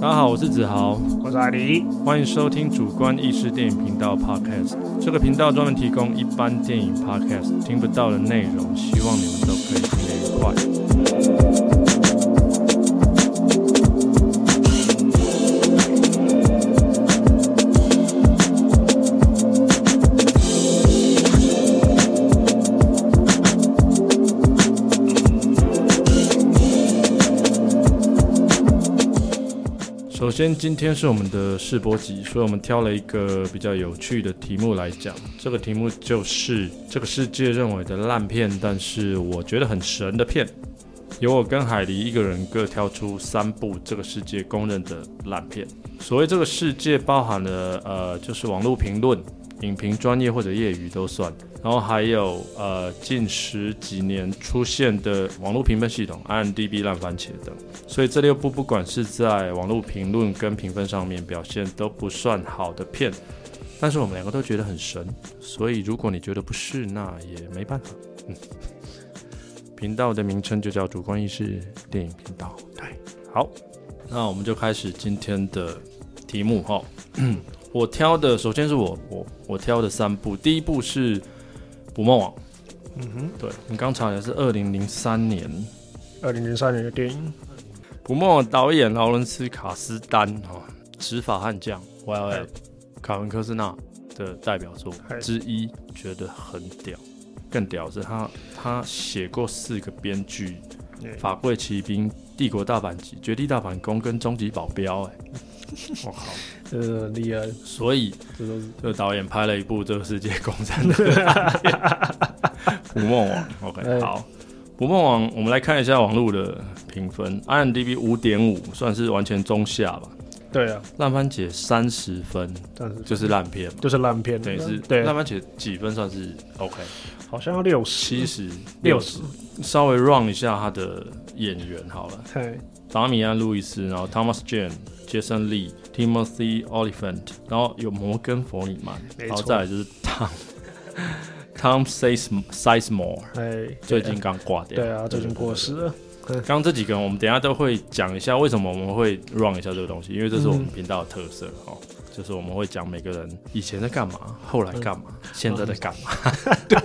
大家好，我是子豪，我是阿迪。欢迎收听主观意识电影频道 Podcast。这个频道专门提供一般电影 Podcast 听不到的内容，希望你们都可以听得愉快。首先，今天是我们的试播集，所以我们挑了一个比较有趣的题目来讲。这个题目就是这个世界认为的烂片，但是我觉得很神的片。由我跟海狸一个人各挑出三部这个世界公认的烂片。所谓这个世界，包含了呃，就是网络评论、影评专业或者业余都算，然后还有呃近十几年出现的网络评分系统 IMDB、烂番茄等。所以这六部不管是在网络评论跟评分上面表现都不算好的片，但是我们两个都觉得很神，所以如果你觉得不是，那也没办法。嗯，频道的名称就叫主观意识电影频道。对，好，那我们就开始今天的题目哈。 我挑的首先是我我我挑的三部，第一部是《捕梦网》，嗯哼，对你刚查的是二零零三年二零零三年的电影，捕梦网导演劳伦斯·卡斯丹哈、哦，执法悍将 YOL 嗨卡文科斯纳的代表作嗨之一，觉得很屌。更屌是他，他写过四个编剧，《法贵骑兵》《帝国大反击》《绝地大反攻》跟《终极保镖》哎，我靠！呃，厉害，所以这都是这个导演拍了一部这个世界公认 的烂片捕梦网》。OK， 哎好，《捕梦网》，我们来看一下网络的评分，IMDB 五点五，算是完全中下吧。对啊，烂番茄三十分，但是就是烂片嘛，就是烂片，等于是对啊烂，番茄几分算是 OK？好像要六七十，十六十，，稍微 run 一下他的演员好了，嘿，达米安·路易斯，然后 Thomas Jane、Jason Lee、Timothy Oliphant，然后有摩根·弗里曼，没错然后再来就是 Tom Tom Sizem- Sizemore，哎，最近刚挂掉，对啊，最近过世。了，刚刚这几个人，我们等一下都会讲一下为什么我们会 run 一下这个东西，因为这是我们频道的特色、哦，就是我们会讲每个人以前在干嘛，后来干嘛，现在在干嘛。对。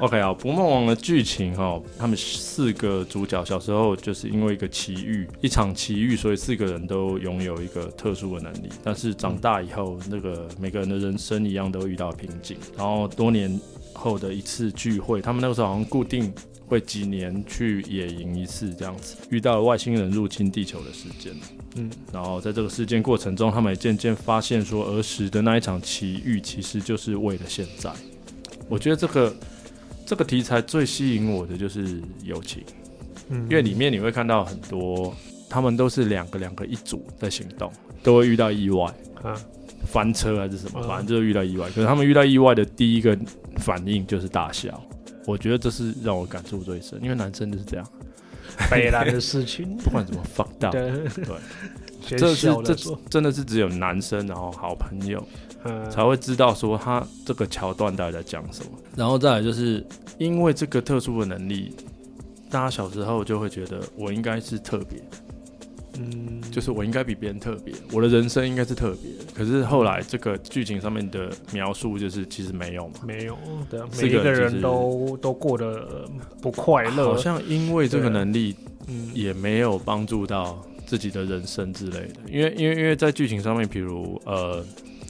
OK 啊，《捕梦网》的剧情哦，他们四个主角小时候就是因为一个奇遇，一场奇遇，所以四个人都拥有一个特殊的能力。但是长大以后，那个每个人的人生一样都遇到瓶颈。然后多年后的一次聚会，他们那个时候好像固定会几年去野营一次这样子，遇到了外星人入侵地球的事件。嗯，然后在这个事件过程中，他们也渐渐发现说，儿时的那一场奇遇其实就是为了现在。我觉得这个这个题材最吸引我的就是友情，嗯，因为里面你会看到很多，他们都是两个两个一组在行动，都会遇到意外。啊，翻车还是什么，嗯反正就是遇到意外。可是他们遇到意外的第一个反应就是大笑，我觉得这是让我感触最深，因为男生就是这 样，北兰的 事情，不管怎么 fucked up，对，先啊这是笑这再说，真的是只有男生，然后好朋友嗯，才会知道说他这个桥段到底在讲什么。然后再来就是因为这个特殊的能力，大家小时候就会觉得我应该是特别的嗯，就是我应该比别人特别，我的人生应该是特别的。可是后来这个剧情上面的描述就是其实没有嘛，没有，对啊，四每一个人个其人实都都过得呃不快乐好，像因为这个能力嗯，也没有帮助到自己的人生之类的，因为因为因为在剧情上面，比如呃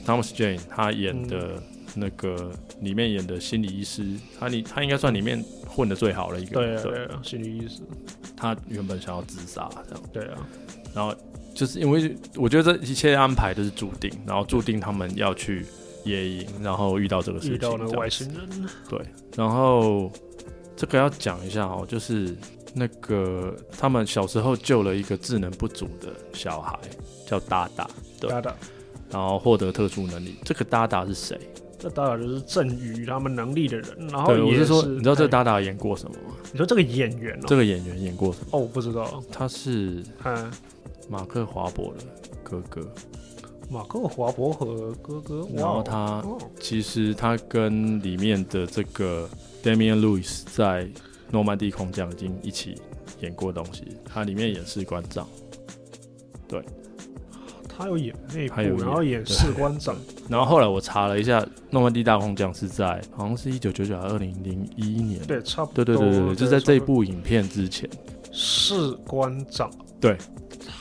，Thomas Jane 他演的那个、里面演的心理医师，他你他应该算里面混的最好的一个对人，啊，对啊，心理意思，他原本想要自杀这样，对啊，然后就是因为我觉得这一切安排都是注定，然后注定他们要去野营，然后遇到这个事情，遇到这那个样外星人，然后这个要讲一下哦，就是那个他们小时候救了一个智能不足的小孩，叫达达，对打打。然后获得特殊能力。这个达达是谁？这达尔就是赠予他们能力的人，然后对，我也是是说，你知道这个哎达达演过什么吗？你说这个演员哦，这个演员演过什么？哦，我不知道，他是嗯，马克华伯的哥哥，马克华伯和哥哥，哇然后他哦其实他跟里面的这个 Damian Lewis 在诺曼底空降已经一起演过东西，他里面演士官长，他有演内部他有，演然后演士官长，然后后来我查了一下，诺曼底大空降是在好像是一九九九还二零零一年，对，差不对多，对对对对，就在这一部影片之前，士官长，对，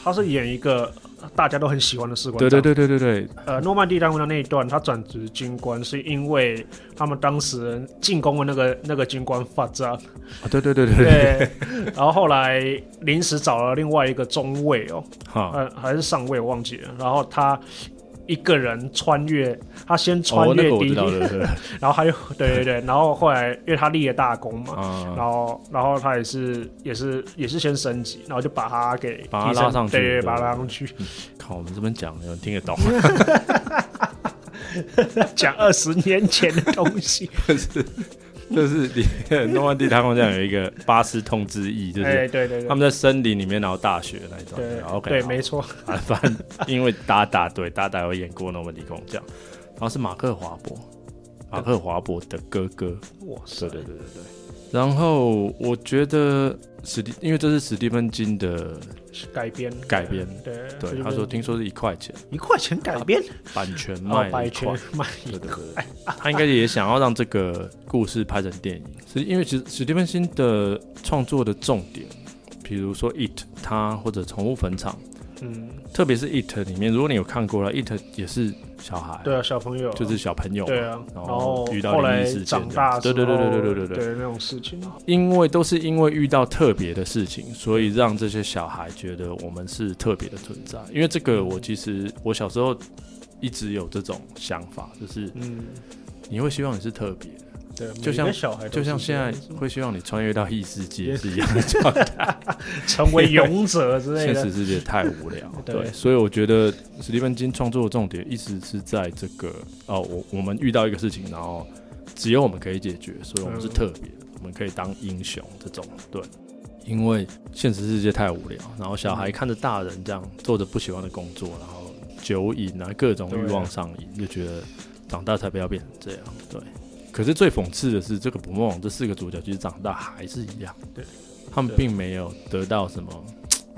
他是演一个大家都很喜欢的士官对长，对对对对对，呃，诺曼底大空降那一段，他转职军官是因为他们当时进攻的那个那个军官发炸，啊对对对对对，对， 然后后来临时找了另外一个中尉哦，哈，呃，还是上尉我忘记了，然后他。一个人穿越，他先穿哦那越个我敌知军，道对对 对然后还有对 对对，然后后来因为他立了大功嘛，啊，然后，然后他也是，也是，也是先升级，然后就把他给把他提升拉上去对，对把他拉上去， 靠，我们这边讲有人听得懂，讲二十年前的东西， 就是你 诺曼底大空降有一个巴斯通之翼， 就是哎，对对对，他们在森林里面然后大雪那一段，对然后 OK，对，好没错，啊， 反正因为达达对达达有演过诺曼底空降，然后是马克华伯，马克华伯的哥哥，哇塞对，对对对对。然后我觉得史蒂，因为这是史蒂芬金的改编，改编，对对，他说听说是一块钱一块钱改编，版权然后卖了白一圈块，卖一对对对，对他应该也想要让这个故事拍成电影，是因为其实史蒂芬金的创作的重点，比如说《It》他或者《宠物坟场》，嗯，特别是《It》里面，如果你有看过了，《It》也是小孩，对啊，小朋友就是小朋友嘛，对啊，然然后后遇到后灵异来事件长这样大子之对对对对后对对对对对那种事情，因为都是因为遇到特别的事情，所以让这些小孩觉得我们是特别的存在。因为这个，我其实我小时候一直有这种想法，就是嗯，你会希望你是特别的，对，每就像个小孩都就是像现在这样子会希望你穿越到异世界是一样的状态。 成为勇者之类现的实，世界太无聊， 对对，所以我觉得史蒂芬金创作的重点一直是在这个哦，我我们遇到一个事情，然后只有我们可以解决，所以我们是特别的，我们可以当英雄这种，对，因为现实世界太无聊，然后小孩看着大人这样做着不喜欢的工作，然后酒瘾啊，各种欲望上瘾，就觉得长大才不要变成这样，对。可是最讽刺的是，这个捕梦网这四个主角其实长大还是一样，对，他们对并没有得到什么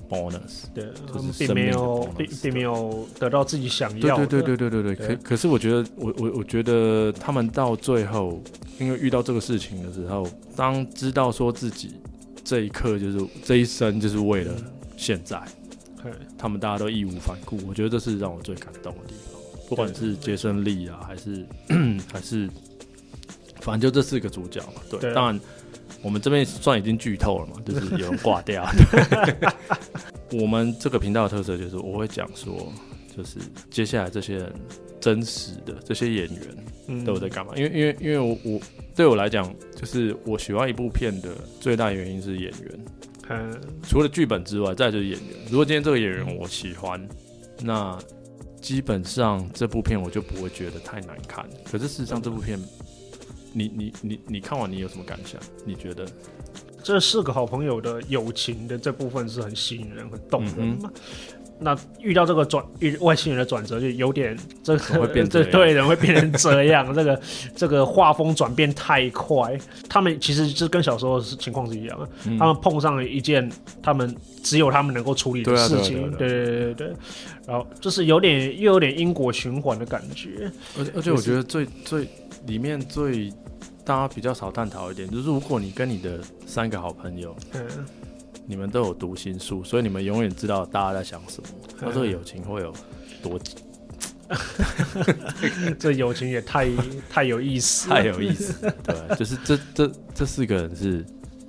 bonus，对，就他是们生并命没的有 bonus，并对并没有得到自己想对要对的，对对对对对对。对可可是我觉得，我我我觉得他们到最后，因为遇到这个事情的时候，当知道说自己这一刻就是这一生就是为了嗯现在，对，他们大家都义无反顾。我觉得这是让我最感动的地方。不管是杰森利啊，还是 还是，反正就这四个主角嘛。对，对啊当然我们这边算已经剧透了嘛，就是有人挂掉。 我们这个频道的特色就是我会讲说，就是接下来这些人真实的这些演员嗯都有在干嘛？因为因为因为我我对我来讲，就是我喜欢一部片的最大原因是演员。嗯，除了剧本之外，再就是演员。如果今天这个演员我喜欢，那基本上这部片我就不会觉得太难看。可是事实上，这部片，你你你你看完你有什么感想？你觉得？这四个好朋友的友情的这部分是很吸引人、很动人嗯嘛。那遇到这个转遇外星人的转折，就有点这怎么个会变这这样对人会变成 这样，这个这个画风转变太快。他们其实是跟小时候是情况是一样的，嗯他们碰上了一件他们只有他们能够处理的对啊对事啊情，对对对对对对。然后就是有点又有点因果循环的感觉，而且而且我觉得最最里面最大家比较少探讨一点，就是如果你跟你的三个好朋友，嗯，你们都有读心术，所以你们永远知道大家在想 什么，那这个友情会有多这友情也太太有意思了，太有意思。对，就是这这这四个人是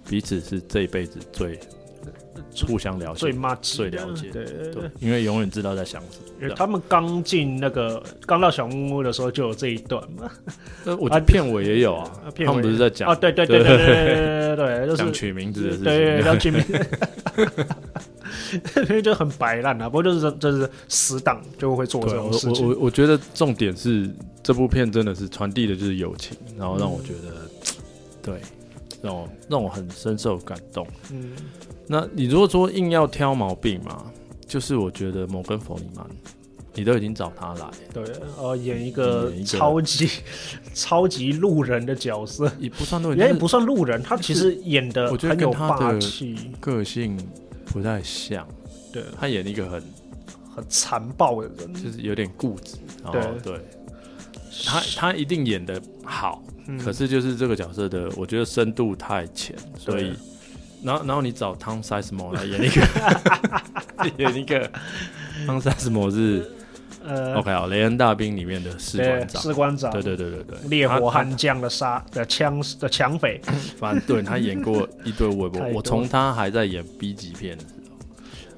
彼此是这一辈子最互相了最解，骂街最的了解对对对对。，因为永远知道在想什么。因对为他们刚进那个刚到小木屋的时候就有这一段嘛，呃，我觉得片尾也有啊啊，片他尾们不是在讲啊，对对对对对对对对对，对讲就是取名字的事对对，情。要见面， 因为就很摆烂啊，不过就是这这是死党就会做这对，种我事我情，我我觉得重点是这部片真的是传递的就是友情，然后让我觉得，对，让我让我很深受感动。嗯，那你如果说硬要挑毛病嘛，就是我觉得摩根·弗里曼你都已经找他来，对，呃，演一个演一个超级超级路人的角色，也不算对，人也但是不算路人，他其实演的我觉得很有跟他的霸气，个性不太像。对，他演一个很很残暴的人，就是有点固执，然后对对他他一定演的好，嗯可是就是这个角色的，我觉得深度太浅，所以对，然后然后你找汤塞斯摩来演一个， 演一个汤塞斯摩是呃， OK 啊，雷恩大兵里面的士官对，长，士官长，对对对对对，烈火他悍将的杀的枪的 抢匪，他反正对他演过一堆微博 太，多我从他还在演 B 级片的时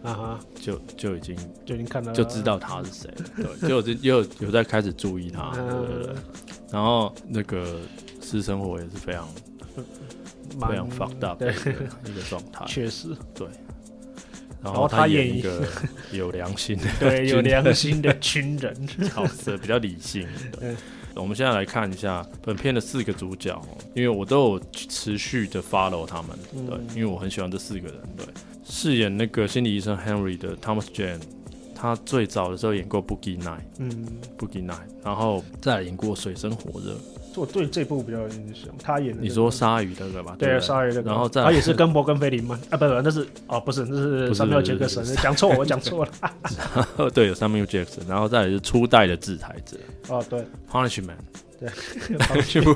候啊哈，就就已经就已经看到就知道他是谁，对，就有这又有有在开始注意他，对嗯对对。然后那个私生活也是非常蛮非常 fucked up 啊的对一，个一个状态，确实，然然后他他演演一个有良心的对，有军良心的军人， 角色，比较理性。对嗯，我们现在来看一下本片的四个主角哦，因为我都有持续的 follow 他们，嗯对，因为我很喜欢这四个人。对，饰演那个心理医生 Henry 的 Thomas Jane，他最早的时候演过 Boogie Night。嗯， Boogie Night，然后再来演过《水深火热》，我对这部比较有印象，他演的你这说个鲨鱼那个吧？对对不对，鲨鱼的，然后再来他也是跟摩根菲林曼啊，不不，那是哦，不是，那不是是三缪杰克不森是，讲错，我 讲错了。 对，有 Samuel Jackson，然后再来是初代的制裁者哦， 对， Punishment，好 屈服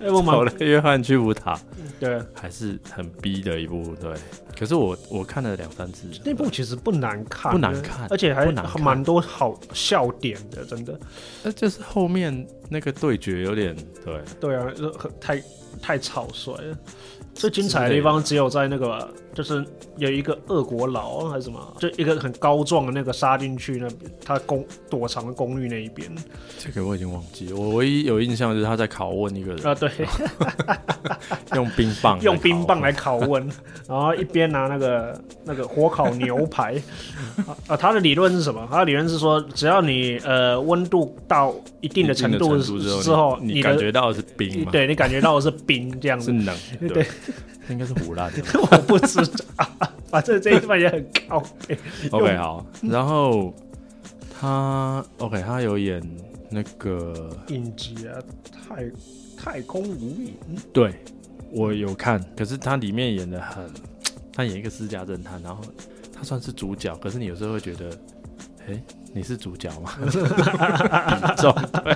哎，我好蛮了，约翰屈服塔对还是很逼的一部，对。可是我我看了两三次，那部其实不难看，不难看而且还不难看蛮多好笑点的，真的。呃，就是后面那个对决有点对，对啊，呃很太太草率了。最精彩的地方只有在那个吧，就是有一个俄国佬啊还是什么，就一个很高壮的那个杀进去那边，他公躲藏的公寓那一边这个我已经忘记了。我唯一有印象就是他在拷问一个人，啊，对，哦 用冰棒，用冰棒，来拷问， 然后一边拿那个那个火烤牛 排。啊啊，他的理论是什么？他的理论是说，只要你呃温度到一定的程度度之之后，你的感觉到的是冰吗？，对你感觉到的是冰这样是子。冷，对对， 应该是胡乱的。我不知道，反正这一段也很高配。 OK，好，然后他 OK，他有演那个，影集啊，太太空无影，对我有看，可是他里面演的很，他演一个私家侦探，然后他算是主角，可是你有时候会觉得，哎、你是主角吗？ 比重对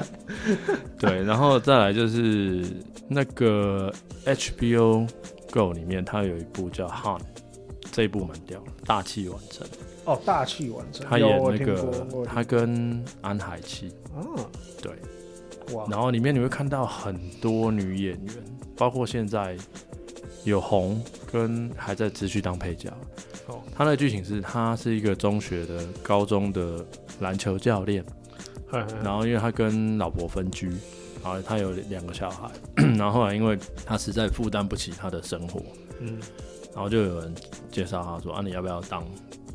对，然后再来就是那个 HBO Go 里面，它有一部叫《Han》，这一部蛮屌的，大器晚成。哦，大器晚成，他有演我那听过个我，听他跟安海琪，啊，对，哇，然后里面你会看到很多女演员，包括现在有红跟还在持续当配角。哦他的剧情是他是一个中学的、高中的篮球教练，嘿嘿然后因为他跟老婆分居，然后他有两个小孩， 然后后来因为他实在负担不起他的生活，嗯，然后就有人介绍他说：“啊，你要不要当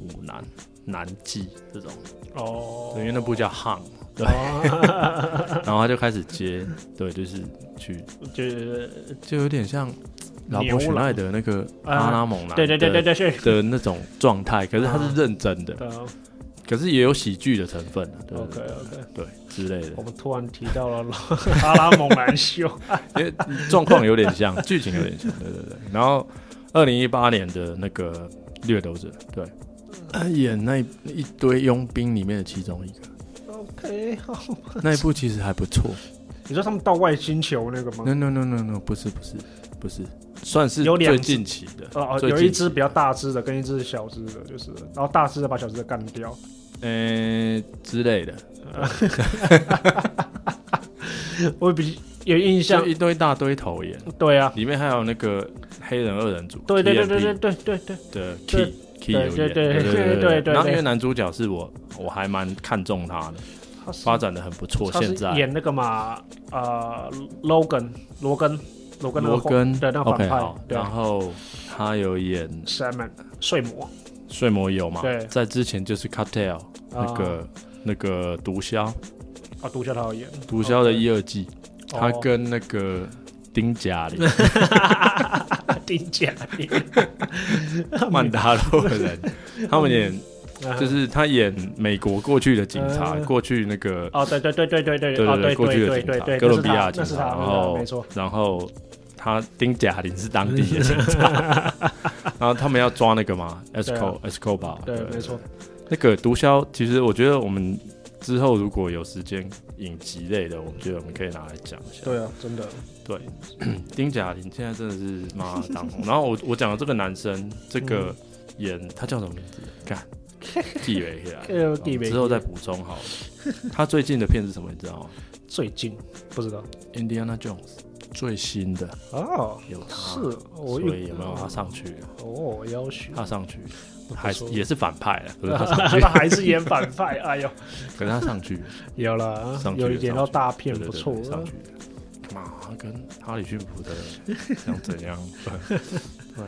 舞男、男妓这种？哦，因为那部叫《Hang》。”对， 哦，然后他就开始接，对，就是去，就是就有点像老牛伯郎许奈德那个阿拉蒙男，啊对对对对对对，哦的那种状态，可是他是认真的，可是也有喜剧的成分啊对 OK OK，对之类的我，们突然提到了阿拉猛男秀，因为状况有点像， 剧情有点像，对对对。然后二零一八年的那个掠夺者，对，他啊演那一堆佣兵里面的其中一 个， OK，好那一部其实还不错。你说他们到外星球那个吗？ No no no no no，不是不是不是，算是有两最只近期的哦哦，最有近一只期比较大只的，跟一只小只的，就是，然后大只的把小只的干掉，呃之类的，我比有印象像，一堆大堆头演，对啊，里面还有那个黑人二人组，对对对对对对对对，的 Key 对 Key 有演，对对对对对对对然后因为男主角是我，我还蛮看重他的，他是发展的很不错。他现是在演那个嘛，呃，Logan 罗根罗根那罗个根对那个反 OK 派好，，对然后他有演《 ，Simon 睡魔，睡魔游》嘛，对在之前就是 Cartel 啊那个那个毒枭，啊，毒枭他有演，毒枭的哦一二季，哦他跟那个丁嘉 玲、丁甲，曼达洛人，他们演嗯就是他演美国过去的警察，嗯过去那个哦，对对对对对对对哦对对对过去的对警对察对，哥伦比亚那是警他，察哦那是他然后没错，然后他丁贾玲是当地的警察， 然后他们要抓那个嘛，Esco Escobar，啊对没错，那个毒枭，其实我觉得我们之后如果有时间影集类的，我们觉得我们可以拿来讲一下。对啊，真的，对， 丁贾玲现在真的是妈当红。然后我我讲的这个男生，这个演、他叫什么名字？ 干，地雷起来这个，呃地雷之后再补充好了。他最近的片是什么？你知道吗最近不知道？Indiana Jones 最新的哦，有他，是我所遇以有没有他上去？哦，要许他上去不还是错 也是反派啊，不是他上去，他还是演反派，哎呦，可是他上去。有了上，去啊有一点到大片对对不对错啊对上去。干嘛？他跟哈里逊 普特想怎样？对对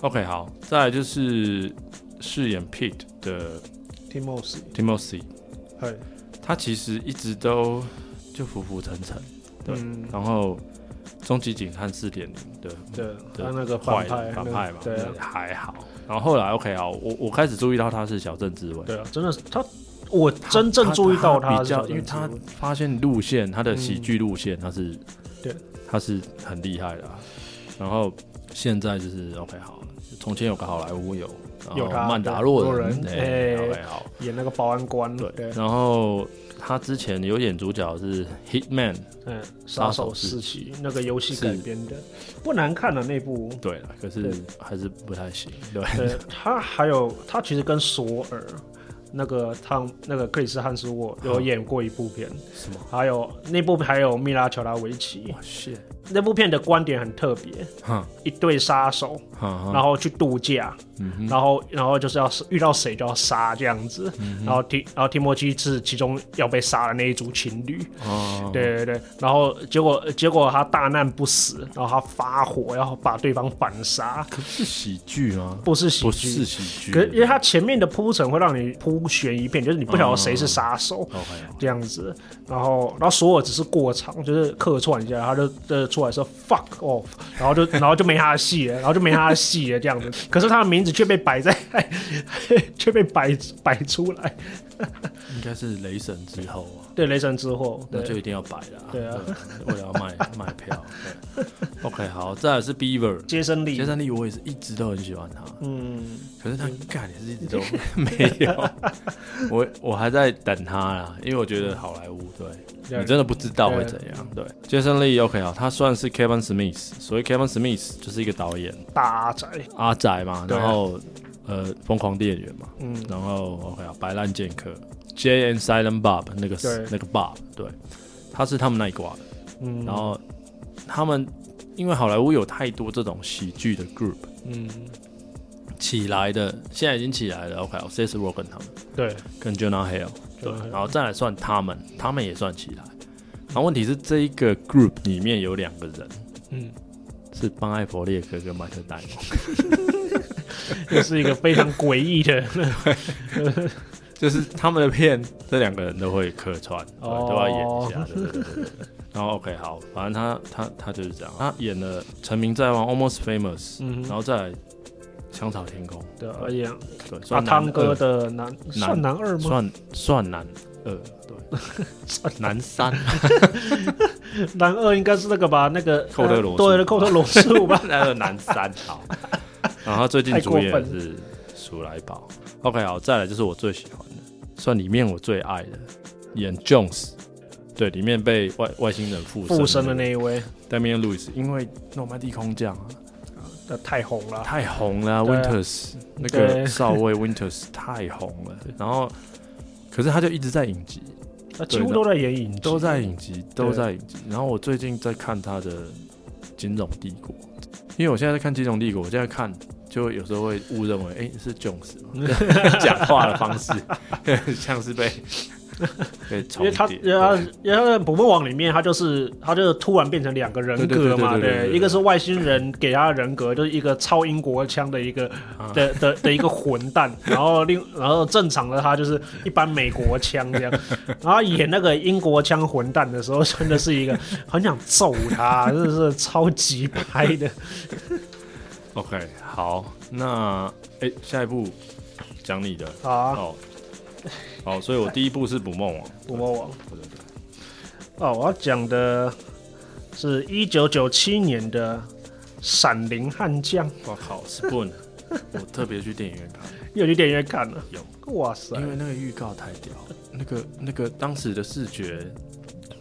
，OK，好，再来就是饰演 Pete 的呃 Timos， Timothy，哎，他其实一直都就浮浮沉沉，对嗯然后《终极警探四点零》的对，对他那个坏反派，人反那个派嘛，对啊对，还好。然后后来 OK 好，我我开始注意到他是小镇之位，对啊，真的是他，我真正注意到他比是较，小镇因为他之王发现路线，他的喜剧路线，他是对，他是很厉害的啊、然后现在就是 OK 好，从前有个好莱坞有，然后有他曼达洛对洛人哎哎 OK 好，演那个保安官，对，然后他之前有演主角是 Hitman，嗯，杀手四期那个游戏改编的，不难看的那部。对了，可是对还是不太行，对，对，他还有他其实跟索尔。那个汤，那个克里斯汉斯啊沃有演过一部片， 什么？还有那部还有米拉乔拉维奇哇，shit，那部片的观点很特别，哈一对杀手，哈然哈，后去度假，嗯然后然后就是要遇到谁就要杀这样子，嗯然后提然后提莫基是其中要被杀的那一组情侣，哦，对对对，然后结果结果他大难不死，然后他发火要把对方反杀，可是喜剧吗？不是喜不剧是。喜剧，可是因为它前面的铺陈会让你铺悬疑片，就是你不晓得谁是杀手， OK 这样子，然后然后索尔只是过场，就是客串一下，他就呃出来说 fuck off，然后就然后就没他的戏了，然后就没他的戏了这样子。可是他的名字却被摆在， 却被摆摆出来。应该是雷神之后啊。对，雷神之后，那对就一定要摆的、啊。对啊对，为了要卖卖票。 对 OK，好，再来是 Beaver。杰森利杰，森利，我也是一直都很喜欢他，嗯，可是他干也是一直都 没有。我我还在等他啦，因为我觉得好莱坞对你真的不知道会怎样。对，杰森利 OK 好，他算是 Kevin Smith，所以 Kevin Smith 就是一个导演，大宅，阿宅嘛，对啊然后呃疯狂猎人嘛，嗯，然后 OK 啊，白烂剑客 J and Silent Bob 那个对那个 Bob，对，他是他们那一挂的。嗯，然后他们因为好莱坞有太多这种喜剧的 group 嗯，起来的，现在已经起来了。OK，c e s Rogen 他们对，跟 Jonah Hill，对 Jonah，Hill 然后再来算他们，他们也算起来。然后问题是这一个 group 里面有两个人嗯，是邦艾弗列克跟麦克戴蒙，又是一个非常诡异 的，就是他们的片这两个人都会客串，对哦都要演一下，对对对对对。然后 OK 好，反正他他他就是这样，他演了《成名在望》（Almost Famous），、嗯然后再来《香草天空》，对，而且对，阿算男啊汤哥二的男算男二吗？啊算算男二，对，男三，男二应该是那个吧，那个寇特罗素呃对，寇特罗 素吧， 那个男三好。然后他最近主演太的过是鼠来宝。OK，好，再来就是我最喜欢的，算里面我最爱的，演 Jones，对，里面被外外星人附附身身的那一位， d a m i a n Lewis，因为诺曼底空降啊，呃，太红了，太红了啊、对啊 Winters 那个对少尉 Winters 太红了，然后可是他就一直在影集，他几乎都在演影集，都在影集，都在影集。然后我最近在看他的《金融帝国》，因为我现在在看《金融帝国》，我现在看就有时候会误认为，哎、是 Jones 吗讲话的方式像是 被被因重为他，叠因为他，因为他在《捕梦网》里面，他就是他就是突然变成两个人对对格嘛，对对对对对一个是外星人给他的人格，就是一个超英国腔的一个啊的的的一个混蛋，然后另然后正常的他就是一般美国 腔这样，然后演那个英国腔混蛋的时候，真的是一个很想揍他，真的是超级拍的， OK，好，那哎、诶下一步讲你的。好啊，哦，好，所以我第一部是《捕梦网》。捕魔网。对对对，哦，我要讲的是一九九七年的《闪灵悍将》，我靠，Spoon，我特别去电影院看，又去电影院看了。有，哇塞，因为那个预告太屌，那个那个当时的视觉，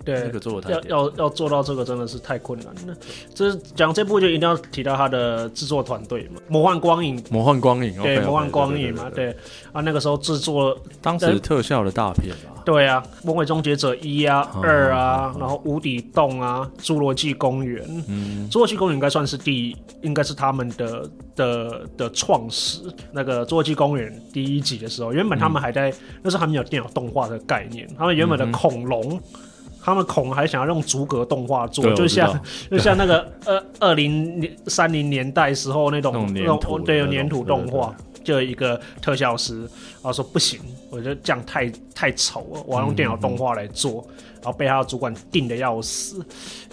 对，那个做的要太屌。要要做到这个真的是太困难了。这讲这部就一定要提到他的制作团队嘛，魔幻光影，魔幻光影，对， OK，OK，魔幻光影嘛，对，对啊，那个时候制作，当时特效的大片啊，对啊，《魔鬼终结者一》啊、嗯二啊，然后《无底洞》啊，《侏罗纪公园》，嗯， 《侏罗纪公园》应该算是第，应该是他们的的的创始。那个《侏罗纪公园》第一集的时候，原本他们还在，那时候还没有电脑动画的概念，他们原本的嗯嗯哼恐龙，他们恐龙还想要用逐格动画做，对，就我知道像就像那个呃二零三零年代时候那种那种那粘种哦土的对那有种粘土对动对画，就有一个特效师，然后说不行，我觉得这样太太丑了，我要用电嗯脑动画来做，然后被他的主管定的要死，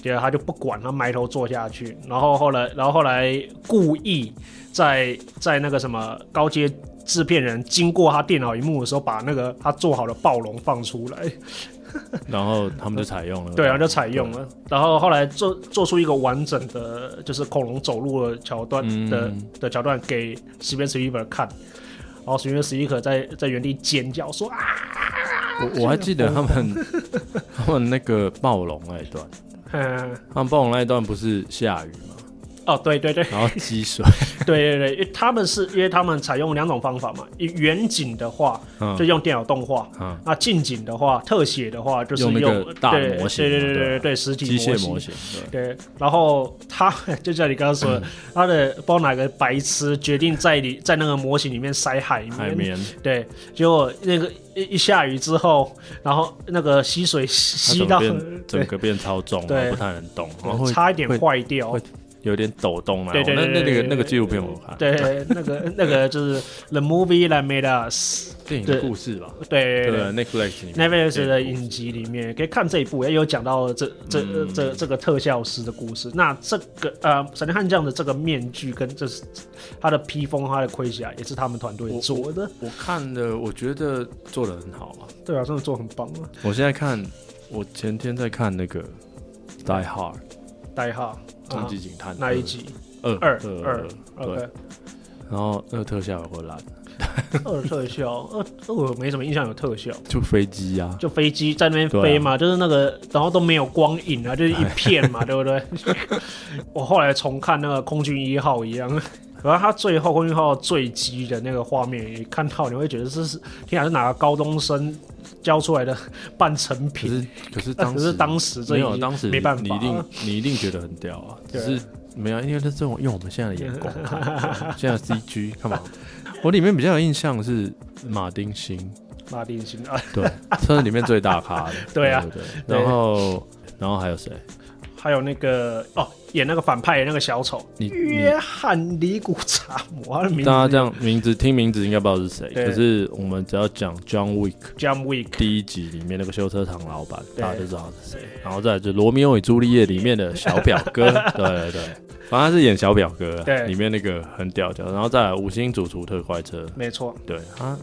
结果他就不管，他埋头做下去，然后后来然后后来故意在在那个什么高阶。制片人经过他电脑荧幕的时候，把那个他做好的暴龙放出来，然后他们就采用了， 对啊，就采用了。然后后来做做出一个完整的，就是恐龙走路的桥段嗯的、的桥段给史宾史蒂克看，然后史宾史蒂克在在原地尖叫说啊，我我还记得他们 他们那个暴龙那一段，嗯，他们暴龙那一段不是下雨嘛，哦，对对对然后积 水，对对对，因为他们是因为他们采用两种方法嘛，一远景的话嗯就用电脑动画。嗯，那近景的话，特写的话就是用那个大的对模型对嘛对对对对吧对，实体机械模模型型，对，然后他 就像你刚刚说嗯的，他的不知道哪个白痴决定在里在那个模型里面塞海对，绵，海绵，对，结果那个一一下雨之后，然后那个吸水 吸它吸到，整个变整 对，个变超重，对然后不太能动，然后会差一点会坏掉会，有点抖动嘛。对对那对那那对个对那个纪录片我看，对，那个那个就是 The Movie That Made Us，电影的故事吧，对对，Netflix 里面 Netflix 的电影影集里面可以看这一部，也有讲到这这、嗯这这个特效师的故事。那这个呃，闪电悍将的这个面具跟这是他的披风、他的盔甲也是他们团队我做的，我看的，我觉得做的很好啊。对啊，真的做得很棒啊！我现在看，我前天在看那个《Die Hard》代号终啊极警探那一集二二二二，对，OK，，然后那个特效有多烂，二特效二二我没什么印象有特效。就飞机啊，就飞机在那边对啊飞嘛，就是那个，然后都没有光影啊，就是一 片嘛，对不对？ 我后来重看那个空军一号一样， 然后他最后空军一号坠机的那个画面，你看到你会觉得这是天啊，是哪个高中生教出来的半成可品？是可是但当可 是时当时这没已有，经当时没办法，你一定你一定觉得很屌 啊，只对是没有，因为这种用我们现在的眼 光看，现在 CG 干嘛？我里面比较有印象是马丁星，马丁星啊， 对，车里面最大咖的，对啊对，对然后然后还有谁？还有那个哦，演那个反派的那个小丑你你约翰里古查摩，他的名字大家这样名字听名字应该不知道是谁，对可是我们只要讲 John Wick John Wick，第一集里面那个修车厂老板，对大家就知道是谁。然后再来就《罗密欧与朱丽叶》里面的小表 哥，对对对，反正他是演小表哥啊，对里面那个很屌屌。然后再来《五星主厨特快车》，没错，对他，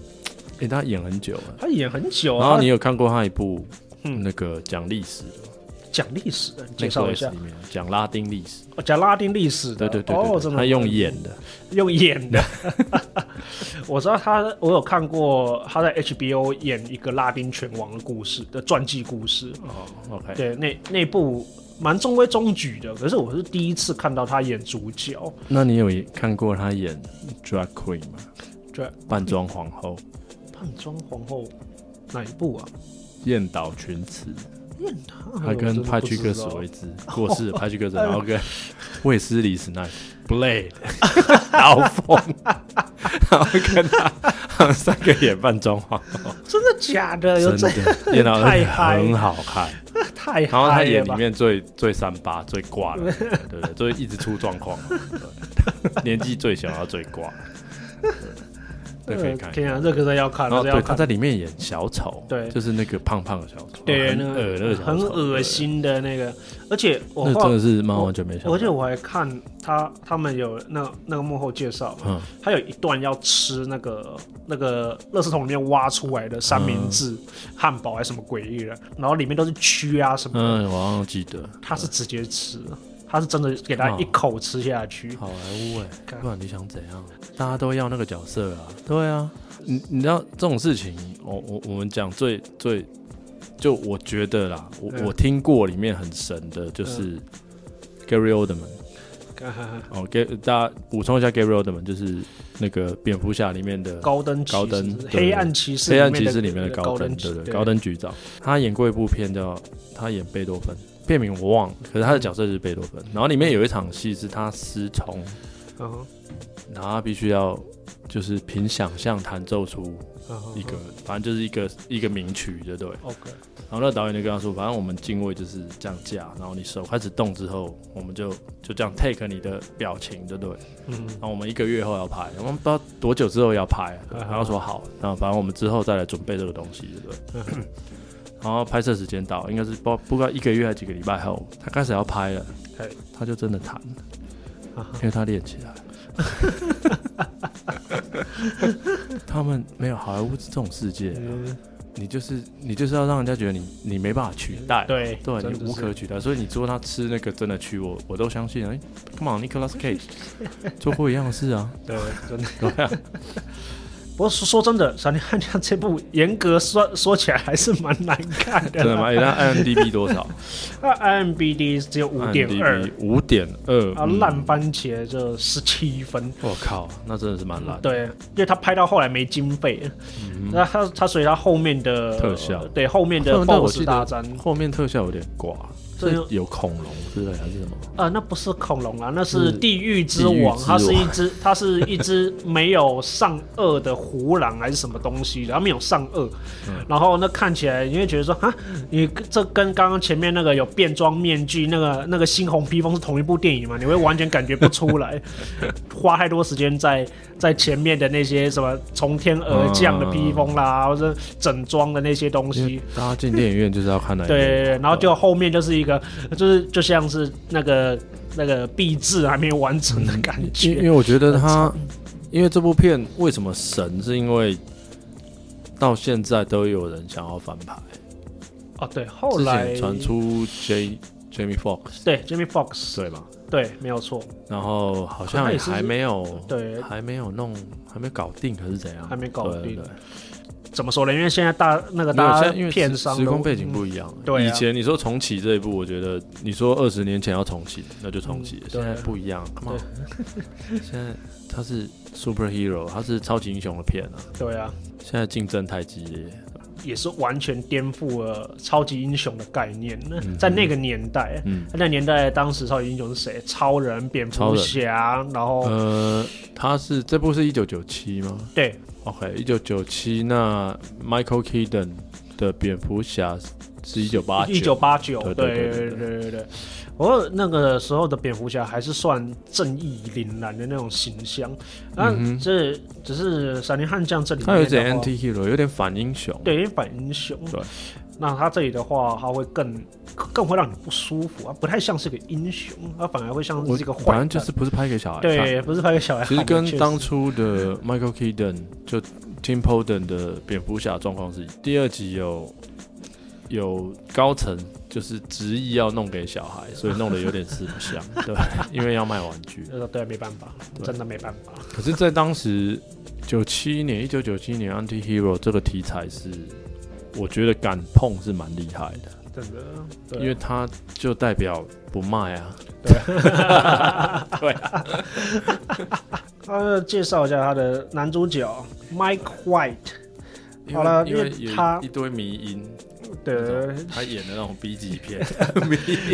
诶，他演很久了。他演很久然后啊你，有看过他一部嗯那个讲历史的他讲历史的，嗯你介绍一下 Netflix。里面讲拉丁历史，哦讲拉丁历史的，对对对哦，对对，真的他用演的，用演的。 我知道他，我有看过他在 HBO 演一个拉丁拳王的故事的传记故事，哦，OK，对，那那部蛮中规中矩的，可是我是第一次看到他演主角，那你有看过他演 drag queen 吗 Drag- 扮装皇后，扮装皇后哪一部啊？艳岛群雌，念他，他跟派屈克斯为为之过 世的派屈克斯，哎然后跟卫斯理史奈弗 blade 刀锋，然后跟他他们三个演扮装皇后，真的假的？有真哎这的艳岛太嗨很好看，太然后他嗨演了里吧？面最最三八最挂的， 对不对？就一直出状况，对年纪最小然后最挂，这可以看。天啊，这个真要看，然后这要对他看。在里面演小丑，对就是那个胖胖的小丑，对，很那恶那个个小丑，很恶心的那个，而且对，我那后真的是蛮完全没想到，而且我还看他他们有那那个幕后介绍，嗯他有一段要吃那个那个垃圾桶里面挖出来的三明治、嗯汉堡还是什么鬼意的，然后里面都是蛆啊什么的，嗯，我好像记得他是直接吃，他是真的给他哦一口吃下 去，好莱坞哎、干不然你想怎样？大家都要那个角色啊，对啊，你你知道这种事情，我我我们讲最最，就我觉得啦，我、嗯我听过里面很神的就是 Gary Oldman，哦，Gary 大家补充一下 Gary Oldman 就是那个蝙蝠侠里面的高登骑士高登对黑暗骑士黑暗面骑的士里面的高高登，对对对，高登局长，他演过一部片叫他演贝多芬，片名我忘了，可是他的角色就是贝多芬。然后里面有一场戏是他失聪，嗯哼然后他必须要就是凭想象弹奏出嗯哼一个，反正就是一个一个名曲，对不对？ OK 然后那个导演就跟他说，反正我们敬畏就是这样架，然后你手开始动之后，我们就就这样 take 你的表情，对不对？嗯然后我们一个月后要拍，我们不知道多久之后要拍，嗯然后说好，然后反正我们之后再来准备这个东西，对不对？然后拍摄时间到，应该是不不知道一个月还是几个礼拜后，他开始要拍了嘿，他就真的弹啊了，因为他练起来 了。他们没有好莱坞这种世界，嗯你就是你就是要让人家觉得你你没办法取代，对对真你的是无可取代，所以你说他吃那个真的蛆，我我都相信。哎、干嘛 Nicolas Cage 做过一样的事 啊？对真的。对啊， 不过说说真的，《闪电悍将》这部严格说说起来还是蛮难看的真啦。的吗？哎、那 IMDB 多少？那 IMBD 只有 五点二 IMDb 五点二嗯啊，烂番茄就十七分。我靠，那真的是蛮烂。的。对，因为他拍到后来没经费，那他他所以他后面的嗯特效对后面的特效我 BOSS 记大得战后面特效有点寡，这是就有恐龙之类还是什么？啊，那不是恐龙啊，那是是地狱之地狱王，之它是一王只它是一只没有上颚的胡狼还是什么东西的，它没有上颚，然后那看起来你会觉得说啊，你这跟刚刚前面那个有变装面具那个那个猩红披风是同一部电影嘛？你会完全感觉不出 来，花太多时间在在前面的那些什么从天而降的披风啦，或者整装的那些东因西为，大家进电影院就是要看那一部对对，对然后就后面就是一个，就是就像是那个那个壁纸还没完成的感因因觉。为我觉得他，因为这部片为什么神，是因为到现在都有人想要翻拍。哦，对，后之来前传出 J Jamie Fox 对 Jimmy Fox，对吗？对，没有错，然后好可像能也也是还没有，对还没有弄，还没搞定，还是怎样？还没搞定对对对怎么说呢？因为现在大那个没有大现家在因为片时商时都空背景不一样了。对啊以前你说重启这一部，我觉得你说二十年前要重启，那就重启。嗯现对啊在不一样，干嘛？现在它是 superhero，它是超级英雄的片啊。对啊，现在竞争太激烈，也是完全颠覆了超级英雄的概念。那在那个年代，嗯，在那个年代当时超级英雄是谁？超人、蝙蝠超人侠，然后、呃，它是这部是一九九七吗对？OK，一九九七，那 Michael Keaton 的蝙蝠侠是一九八一九九，八九，啊对对对对对对对对对。不过那个时候的蝙蝠侠还是算正义凛然的那种形象，那嗯哼这只是闪电悍将这里他有点面的话 anti hero，有点反英雄。对，有点反英雄。对，那他这里的话，他会更更会让你不舒服啊，不太像是个英雄，他反而会像我是一个坏反蛋。正就是不是拍给小孩看的。对，不是拍个小孩看其的。实跟哎确当初的 Michael Keaton 就 Tim Poden 的蝙蝠侠状况是一，第二集有有高层就是执意要弄给小孩，所以弄得有点四不像， 对，因为要卖玩具。呃对，没办法，对真的没办法。可是，在当时九七年，一九九七年 Anti Hero 这个题材是，我觉得敢碰是蛮厉害的，真的，对啊因为它就代表不卖啊，他介绍一下他的男主角 Mike White，因为好了因为因为有它一堆迷音，对，他演的那种 B 级 片，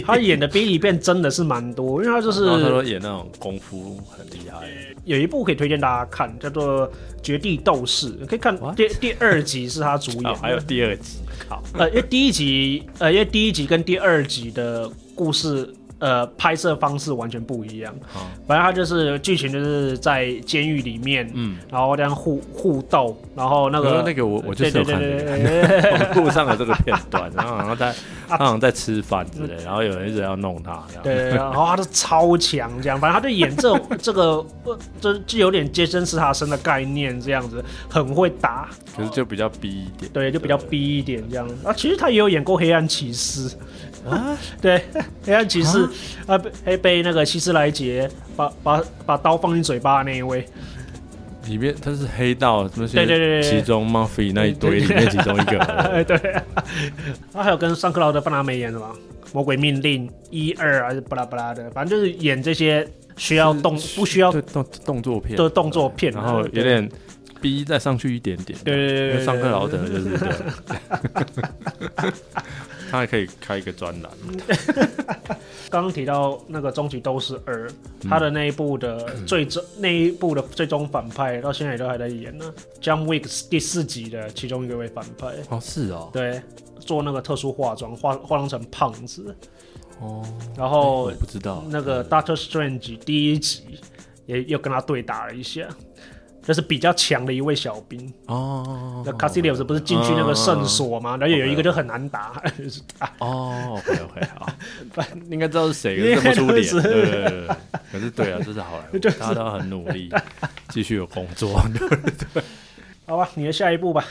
他演的比里变真的是蛮多，因为他就然后他是哦说演那种功夫很厉害，有一部可以推荐大家看，叫做《绝地斗士》，可以看 What？第第二集是他主演的、哦，还有第 二集，靠，呃，因为第一集呃，因为第一集跟第二集的故事呃拍摄方式完全不一样。好，反正它就是剧情就是在监狱里面，嗯，然后这样互互斗，然后那那个个那个我我就对是有对看对这个对对对，网络上的这个片段，然后然后 在他好像在吃饭之类，然后有人一直要弄他，这样 对，然后他就超强这样，反正他就演这 这个，呃这就有点杰森·斯塔森的概念这样子，很会打，可是就比较逼一点，对，就比较对逼一点这样。啊，其实他也有演过《黑暗骑士》啊， 对，《黑暗骑士》啊，被被被那个希斯莱杰把把把刀放进嘴巴的那一位， 里面他是黑道那对对对些，对其中 Murphy 那一堆里面其中一个，哎，对，他还有跟上克劳德·范达梅演什么《魔鬼命令》一二还是巴拉巴拉的，反正就是演这些需 要动不需要对动动作片的动作片，然后有点逼再上去一点点，对。对对对因对为对，上课老等就是对， 他还可以开一个专栏，刚刚提到那个《终极斗士二》，嗯他的那一部的 最终、那一部的最终反派，到现在也都还在演呢。John Wick 第四集的其中一个位反派，哦是哦，对，做那个特殊化妆，化化妆成胖子。哦，然我后不知道，那个 Doctor Strange 第一集也又跟他对打了一下，就是比较强的一位小兵。哦，嗯那 Cassius 不是进去那个圣所吗？然后有一个就很难打， 就是打哦，OK OK，好， 应该知道是谁，可是认不出脸，对对对对对。可是对啊，这是好莱 坞，大家都很努力，继续有工作。好吧，你的下一步吧。